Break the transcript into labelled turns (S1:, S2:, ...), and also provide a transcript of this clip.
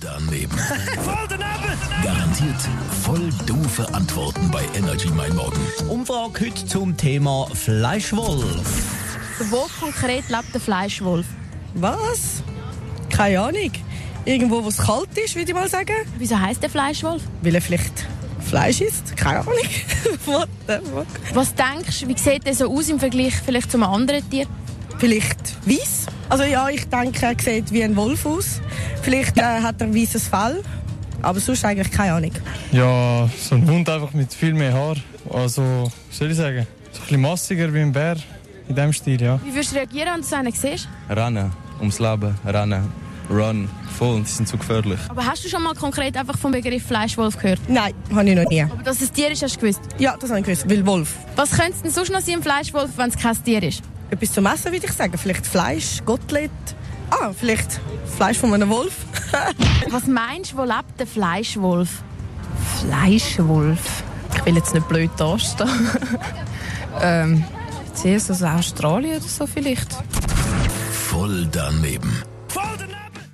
S1: daneben. Garantiert voll doofe Antworten bei Energy Mein Morgen.
S2: Umfrage heute zum Thema Fleischwolf.
S3: Wo konkret lebt der Fleischwolf?
S4: Was? Keine Ahnung. Irgendwo, wo es kalt ist, würde ich mal sagen.
S3: Wieso heißt der Fleischwolf?
S4: Weil er vielleicht Fleisch isst. Keine Ahnung. What the fuck?
S3: Was denkst du, wie sieht der so aus im Vergleich vielleicht zum anderen Tier?
S4: Vielleicht weiß. Also ja, ich denke, er sieht wie ein Wolf aus. Vielleicht äh, hat er ein weißes Fell. Aber sonst eigentlich keine Ahnung.
S5: Ja, so ein Hund einfach mit viel mehr Haar. Also, wie soll ich sagen? So ein bisschen massiger wie ein Bär. In dem Stil, ja.
S3: Wie würdest du reagieren, wenn du so einen siehst?
S6: Rennen, ums Leben, rennen, run, voll, die sind zu gefährlich.
S3: Aber hast du schon mal konkret einfach vom Begriff Fleischwolf gehört?
S4: Nein, habe ich noch nie.
S3: Aber dass es Tier ist, hast du gewusst.
S4: Ja, das habe ich gewusst. Weil Wolf.
S3: Was könnte es denn sonst noch sein im Fleischwolf, wenn es kein Tier ist?
S4: Etwas zum Essen würde ich sagen. Vielleicht Fleisch, Gottlet. Ah, vielleicht Fleisch von einem Wolf.
S3: Was meinst du, wo lebt der Fleischwolf?
S7: Fleischwolf. Ich will jetzt nicht blöd dastehen. ähm, zuerst aus Australien oder so vielleicht.
S1: Voll daneben.